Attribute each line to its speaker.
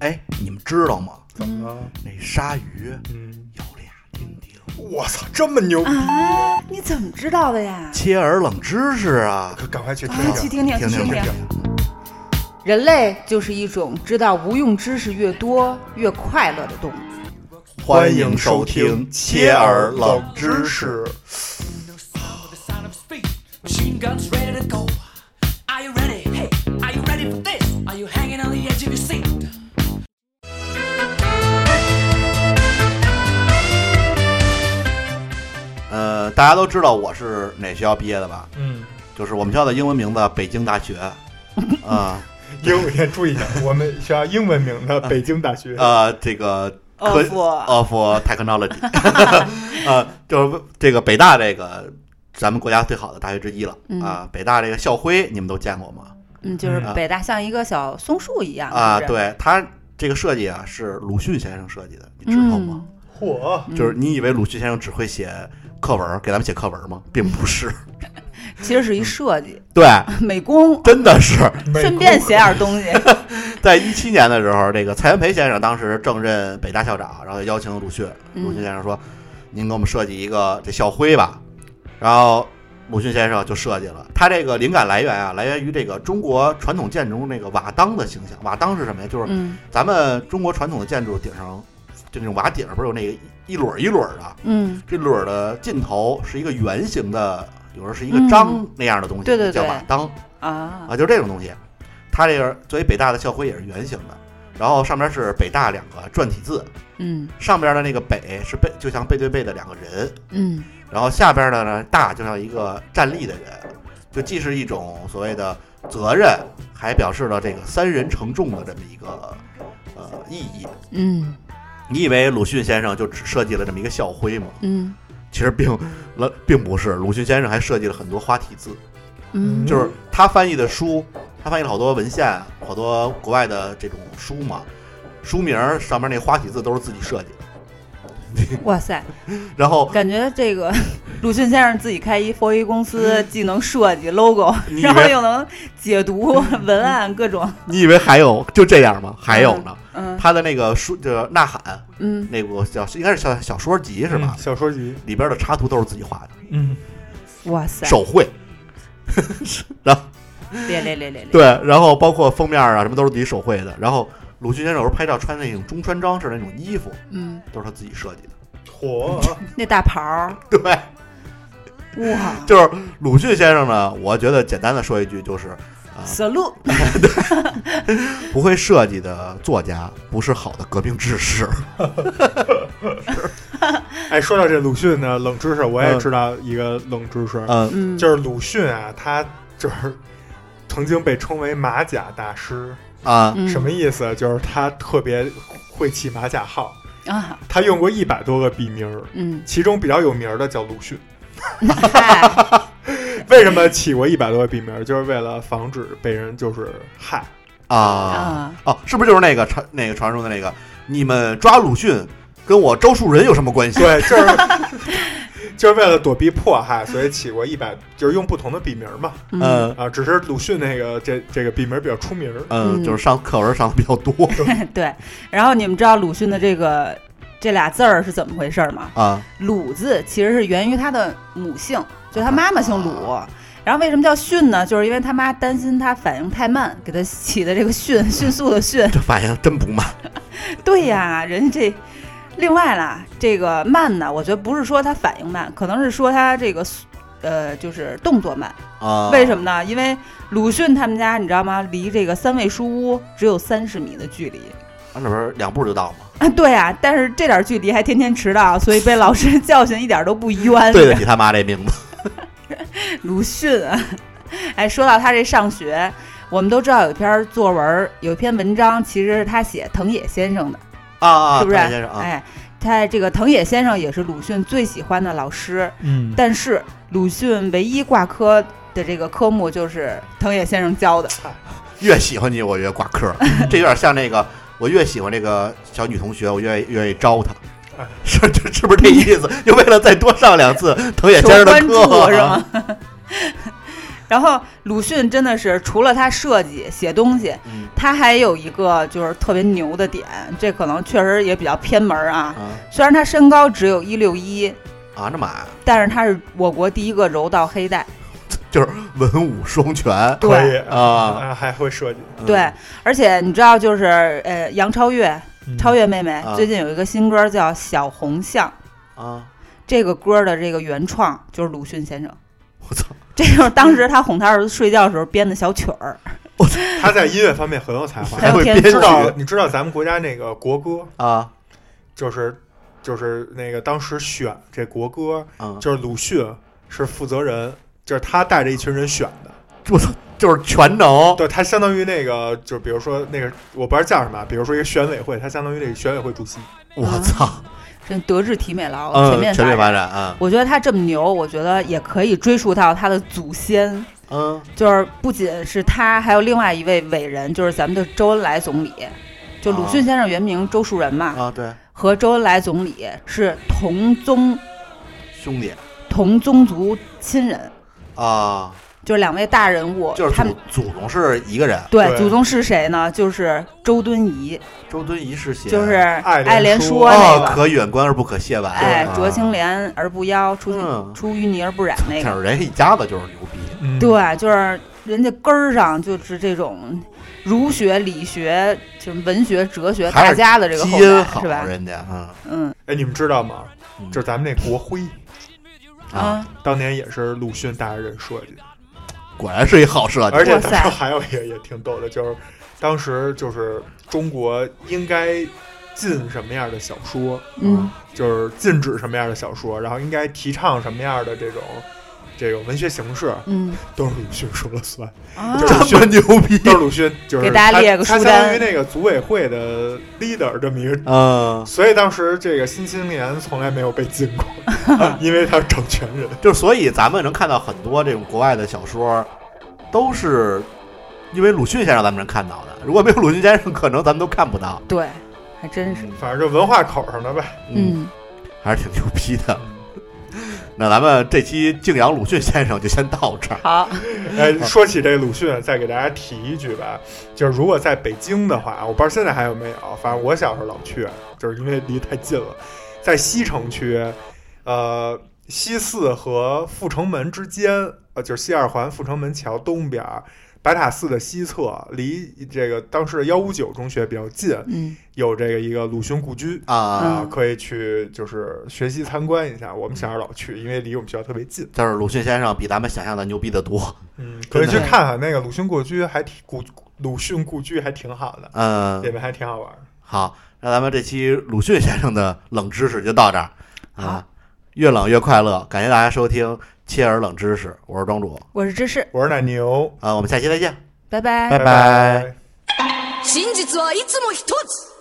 Speaker 1: 哎，你们知道吗？
Speaker 2: 怎么了？
Speaker 1: 那鲨鱼
Speaker 2: 嗯，
Speaker 1: 有俩钉钉。
Speaker 2: 我操，这么牛！
Speaker 3: 啊，你怎么知道的呀？
Speaker 1: 切耳冷知识啊！
Speaker 2: 可赶快去听
Speaker 3: 啊，去
Speaker 2: 听。
Speaker 3: 听听，去
Speaker 1: 听听
Speaker 3: 听听。
Speaker 4: 人类就是一种知道无用知识越多越快乐的动物。
Speaker 1: 欢迎收听切耳冷知识。
Speaker 5: with the sound of speed. Machine guns ready to go. Are you ready? Hey, are you ready for this? Are you hanging on the edge of your seat?
Speaker 1: 呃，大家都知道我是哪学校毕业的吧？
Speaker 2: 嗯，
Speaker 1: 就是我们学校的英文名字北京大学。啊、
Speaker 2: 英文 注意一下，我们学校英文名的北京大学。
Speaker 1: 呃，这个科
Speaker 3: Of
Speaker 1: of technology，呃，就是这个北大这个咱们国家最好的大学之一了啊、
Speaker 3: 嗯
Speaker 1: 北大这个校徽你们都见过吗？
Speaker 3: 嗯，就是
Speaker 2: 嗯
Speaker 3: 北大像一个小松树一样
Speaker 1: 啊、
Speaker 3: 是不是
Speaker 1: 对，它这个设计啊是鲁迅先生设计的，你知道吗？
Speaker 3: 嗯，
Speaker 2: 嚯，
Speaker 1: 就是你以为鲁迅先生只会写课文，给咱们写课文吗？并不 是，
Speaker 3: 其实是一设计
Speaker 1: 对，
Speaker 3: 美工，
Speaker 1: 真的是
Speaker 3: 顺便写点东西。
Speaker 1: 在一七年的时候，这个蔡元培先生当时正任北大校长，然后邀请鲁迅，
Speaker 3: 嗯
Speaker 1: 鲁迅先生说：“您给我们设计一个这校徽吧。”然后鲁迅先生就设计了。他这个灵感来源啊，来源于这个中国传统建筑中那个瓦当的形象。瓦当是什么呀？就是
Speaker 3: 嗯
Speaker 1: 咱们中国传统的建筑顶上，就那种瓦顶上不是有那个一摞一摞的，
Speaker 3: 嗯，
Speaker 1: 这摞的尽头是一个圆形的，有时候是一个
Speaker 3: 嗯
Speaker 1: 章那样的东西，
Speaker 3: 对对对
Speaker 1: 叫瓦当。
Speaker 3: 啊
Speaker 1: 啊，就是这种东西。它这个作为北大的校徽也是圆形的，然后上面是北大两个篆体字，
Speaker 3: 嗯
Speaker 1: 上边的那个北是背，就像背对背的两个人，
Speaker 3: 嗯
Speaker 1: 然后下边的呢大就像一个站立的人，就既是一种所谓的责任，还表示了这个三人承重的这么一个呃意义。
Speaker 3: 嗯
Speaker 1: 你以为鲁迅先生就只设计了这么一个校徽吗？
Speaker 3: 嗯
Speaker 1: 其实并了并不是，鲁迅先生还设计了很多花体字。
Speaker 3: 嗯
Speaker 1: 就是他翻译的书，他翻译了好多文献，好多国外的这种书嘛，书名儿上面那花体字都是自己设计的。
Speaker 3: 嗯哇塞，
Speaker 1: 然后
Speaker 3: 感觉这个 鲁迅先生自己开一佛一公司，既能设计 logo，
Speaker 1: 你以
Speaker 3: 然后
Speaker 1: 为
Speaker 3: 又能解读文案各种。
Speaker 1: 你以为还有就这样吗？还有呢，
Speaker 3: 嗯
Speaker 1: 他的那个书就是《呐喊》
Speaker 3: 嗯，
Speaker 1: 那部小应该是小小说集是吧？
Speaker 2: 小说集。
Speaker 1: 里边的插图都是自己画的，
Speaker 2: 嗯，
Speaker 3: 哇塞，
Speaker 1: 手绘。然后
Speaker 3: 列列列列列，
Speaker 1: 对，然后包括封面啊什么都是自己手绘的。然后鲁迅先生有时候拍照穿那种中穿装式的那种衣服，
Speaker 3: 嗯，
Speaker 1: 都是他自己设计的。
Speaker 2: 嚯，
Speaker 3: 那大袍儿，
Speaker 1: 对。
Speaker 3: 哇，
Speaker 1: 就是鲁迅先生呢，我觉得简单的说一句，就是
Speaker 3: 死路，
Speaker 1: 不会设计的作家不是好的革命志士。
Speaker 2: 哎，说到这鲁迅呢，冷知识，我也
Speaker 1: 嗯
Speaker 2: 知道一个冷知识，
Speaker 1: 嗯，
Speaker 3: 嗯，
Speaker 2: 就是鲁迅啊，他就是曾经被称为马甲大师，
Speaker 1: 啊，
Speaker 3: 嗯
Speaker 2: 什么意思？就是他特别会起马甲号，
Speaker 3: 啊？
Speaker 2: 他用过一百多个笔名儿，
Speaker 3: 嗯，
Speaker 2: 其中比较有名儿的叫鲁迅。
Speaker 3: 嗨，
Speaker 2: 为什么起过一百多个笔名儿？就是为了防止被人就是害。
Speaker 1: 啊
Speaker 3: 啊，
Speaker 1: 哦，是不是就是那个传那个传说的那个？你们抓鲁迅跟我周树人有什么关系？
Speaker 2: 对，就是 就是为了躲避迫害，所以起过一百，就是用不同的笔名嘛。
Speaker 3: 嗯，
Speaker 1: 嗯
Speaker 2: 啊，只是鲁迅那个这这个笔名比较出名儿。
Speaker 1: 嗯，
Speaker 3: 嗯
Speaker 1: 就是上课文上的比较 多
Speaker 3: 对。然后你们知道鲁迅的这个这俩字儿是怎么回事儿吗？
Speaker 1: 啊
Speaker 3: 鲁字其实是源于他的母姓，就他妈妈姓鲁。
Speaker 2: 啊
Speaker 3: 然后为什么叫迅呢？就是因为他妈担心他反应太慢，给他起的这个迅，迅速的迅。
Speaker 1: 这反应真不慢。
Speaker 3: 对呀，人家这。另外啦，这个慢呢，我觉得不是说他反应慢，可能是说他这个速，呃，就是动作慢。
Speaker 1: 啊，
Speaker 3: 为什么呢？因为鲁迅他们家，你知道吗？离这个三味书屋只有三十米的距离。
Speaker 1: 啊？那不是两步就 到吗？
Speaker 3: 啊，对啊，但是这点距离还天天迟到，所以被老师 教训一点都不冤。
Speaker 1: 对得起他妈这名字。
Speaker 3: 鲁迅啊，哎，说到他这上学，我们都知道有一篇作文，有一篇文章，其实是他写藤野先生的，
Speaker 1: 啊啊，
Speaker 3: 是不是？
Speaker 1: 唐先生啊，
Speaker 3: 哎，他这个藤野先生也是鲁迅最喜欢的老师，
Speaker 2: 嗯，
Speaker 3: 但是鲁迅唯一挂科的这个科目就是藤野先生 教的。
Speaker 1: 越喜欢你我越挂科，这有点像那个我越喜欢这个小女同学，我越愿意招她
Speaker 2: 哎。
Speaker 1: 是这是不是这意思？就为了再多上两次藤野
Speaker 3: 求
Speaker 1: 先生的
Speaker 3: 关注
Speaker 1: 课
Speaker 3: 是吗？ 然后鲁迅真的是除了他设计写东西，
Speaker 1: 嗯
Speaker 3: 他还有一个就是特别牛的点，这可能确实也比较偏门儿啊。
Speaker 1: 啊
Speaker 3: 虽然他身高只有一六一，
Speaker 1: 啊，这妈呀，
Speaker 3: 但是他是我国第一个柔道黑带。
Speaker 1: 就是文武双全
Speaker 2: 可以
Speaker 3: 对
Speaker 1: 啊，
Speaker 2: 啊，还会设计，
Speaker 1: 嗯
Speaker 3: 对，而且你知道，就是呃，杨超越，超越妹妹
Speaker 1: 啊
Speaker 3: 最近有一个新歌叫《小红象》，
Speaker 1: 啊，
Speaker 3: 这个歌的这个原创就是鲁迅先生。
Speaker 1: 我操，
Speaker 3: 这就是当时他哄他儿子睡觉的时候编的小曲儿，
Speaker 2: 他在音乐方面很有才 华。
Speaker 3: 还
Speaker 1: 还
Speaker 3: 有
Speaker 1: 会
Speaker 3: 天
Speaker 1: 编
Speaker 3: 赋
Speaker 2: 知道
Speaker 1: 曲
Speaker 2: 你知道咱们国家那个国歌，
Speaker 1: 啊
Speaker 2: 就是就是那个当时选这国歌，
Speaker 1: 啊，
Speaker 2: 就是鲁迅是负责人，就是他带着一群人选的。
Speaker 1: 我操，就是全能
Speaker 2: 对，他相当于那个，就比如说那个，我不知道叫什么啊，比如说一个选委会，他相当于那个选委会主席。
Speaker 1: 我操，
Speaker 3: 真德智体美劳全
Speaker 1: 嗯，
Speaker 3: 面
Speaker 1: 全面
Speaker 3: 发
Speaker 1: 发展
Speaker 3: 展。
Speaker 1: 啊，
Speaker 3: 我觉得他这么牛，我觉得也可以追溯到他的祖先，
Speaker 1: 嗯
Speaker 3: 就是不仅是他，还有另外一位伟人，就是咱们的周恩来总理。就鲁迅先生原名周树人嘛，
Speaker 1: 啊，对，
Speaker 3: 和周恩来总理是同宗
Speaker 1: 兄弟
Speaker 3: 同宗族亲人，
Speaker 1: 啊，
Speaker 3: 就是两位大人物，
Speaker 1: 就是
Speaker 3: 他们
Speaker 1: 祖祖宗是一个人，
Speaker 3: 对
Speaker 2: 对
Speaker 3: 祖宗是谁呢？就是周敦颐，
Speaker 1: 周敦颐是写
Speaker 3: 就是
Speaker 2: 爱
Speaker 3: 爱
Speaker 2: 莲
Speaker 3: 莲
Speaker 2: 说
Speaker 3: 说那
Speaker 1: 哦，
Speaker 3: 个，
Speaker 1: 可远观而不可亵玩，
Speaker 3: 哎，
Speaker 1: 啊
Speaker 3: 濯清涟而不妖，出
Speaker 1: 嗯
Speaker 3: 出淤泥而不染那
Speaker 1: 但
Speaker 3: 个，
Speaker 1: 是人家一家子就是牛逼，
Speaker 2: 嗯，
Speaker 3: 对，就是人家根儿上就是这种儒学、理学、就是文学、哲学
Speaker 1: 还
Speaker 3: 大
Speaker 1: 是
Speaker 3: 家的这个
Speaker 1: 基
Speaker 3: 后
Speaker 1: 因
Speaker 3: 代
Speaker 1: 好
Speaker 3: 是吧？
Speaker 1: 人家，嗯
Speaker 3: 嗯
Speaker 2: 哎，你们知道吗？
Speaker 1: 嗯
Speaker 2: 就是咱们那国徽，
Speaker 1: 啊，，
Speaker 2: 当年也是鲁迅带着人设计的，
Speaker 1: 果然是一好设计
Speaker 2: 而且
Speaker 3: 啊哇
Speaker 2: 当
Speaker 3: 塞
Speaker 2: 时还有一个也挺逗的，就是当时就是中国应该禁什么样的小说，
Speaker 3: 嗯
Speaker 2: 就是禁止什么样的小说，然后应该提倡什么样的这种这种文学形式，
Speaker 3: 嗯
Speaker 2: 都是鲁迅说了 算。
Speaker 3: 啊
Speaker 2: 就，
Speaker 1: 这么牛逼，
Speaker 2: 都是鲁迅，就是
Speaker 3: 给大家
Speaker 2: 他
Speaker 3: 列个
Speaker 2: 他
Speaker 3: 书
Speaker 2: 相当
Speaker 3: 单
Speaker 2: 于那个组委会的 leader 这么一个。
Speaker 1: 嗯，
Speaker 2: 所以当时这个新青年从来没有被禁过， 啊因为他是掌权人。
Speaker 1: 就是所以咱们能看到很多这种国外的小说，都是因为鲁迅先生咱们能看到的，如果没有鲁迅先生，可能咱们都看不到，
Speaker 3: 对，还真是，
Speaker 2: 反正就文化口上的呗。
Speaker 3: 嗯，
Speaker 1: 还是挺牛逼的。那咱们这期敬仰鲁迅先生就先到这儿，
Speaker 3: 好，
Speaker 2: 哎，说起这鲁迅，再给大家提一句吧，就是如果在北京的话，我不知道现在还有没有，反正我小时候老去，啊就是因为离太近了，在西城区，呃，西四和阜成门之间，呃，就是西二环阜成门桥东边儿。白塔寺的西侧，离这个当时的幺五九中学比较近，
Speaker 3: 嗯
Speaker 2: 有这个一个鲁迅故居，
Speaker 1: 啊，
Speaker 2: 啊
Speaker 3: 嗯，
Speaker 2: 可以去就是学习参观一下。我们小孩儿老去，因为离我们学校特别近。
Speaker 1: 就是鲁迅先生比咱们想象的牛逼得多。
Speaker 2: 嗯，可以去
Speaker 3: 真的
Speaker 2: 看看那个鲁迅故居，还挺古鲁迅故居还挺好的，
Speaker 1: 嗯
Speaker 2: 里，面还挺好玩儿。
Speaker 1: 好，那咱们这期鲁迅先生的冷知识就到这儿啊
Speaker 3: 好，
Speaker 1: 越冷越快乐，感谢大家收听《切耳冷知识》，我是庄主
Speaker 3: 我是芝士，
Speaker 2: 我是奶牛，
Speaker 1: 啊，我们下期再见，
Speaker 3: 拜拜
Speaker 1: 拜拜
Speaker 2: 拜
Speaker 1: 拜
Speaker 2: 拜
Speaker 5: 真実はいつも一つ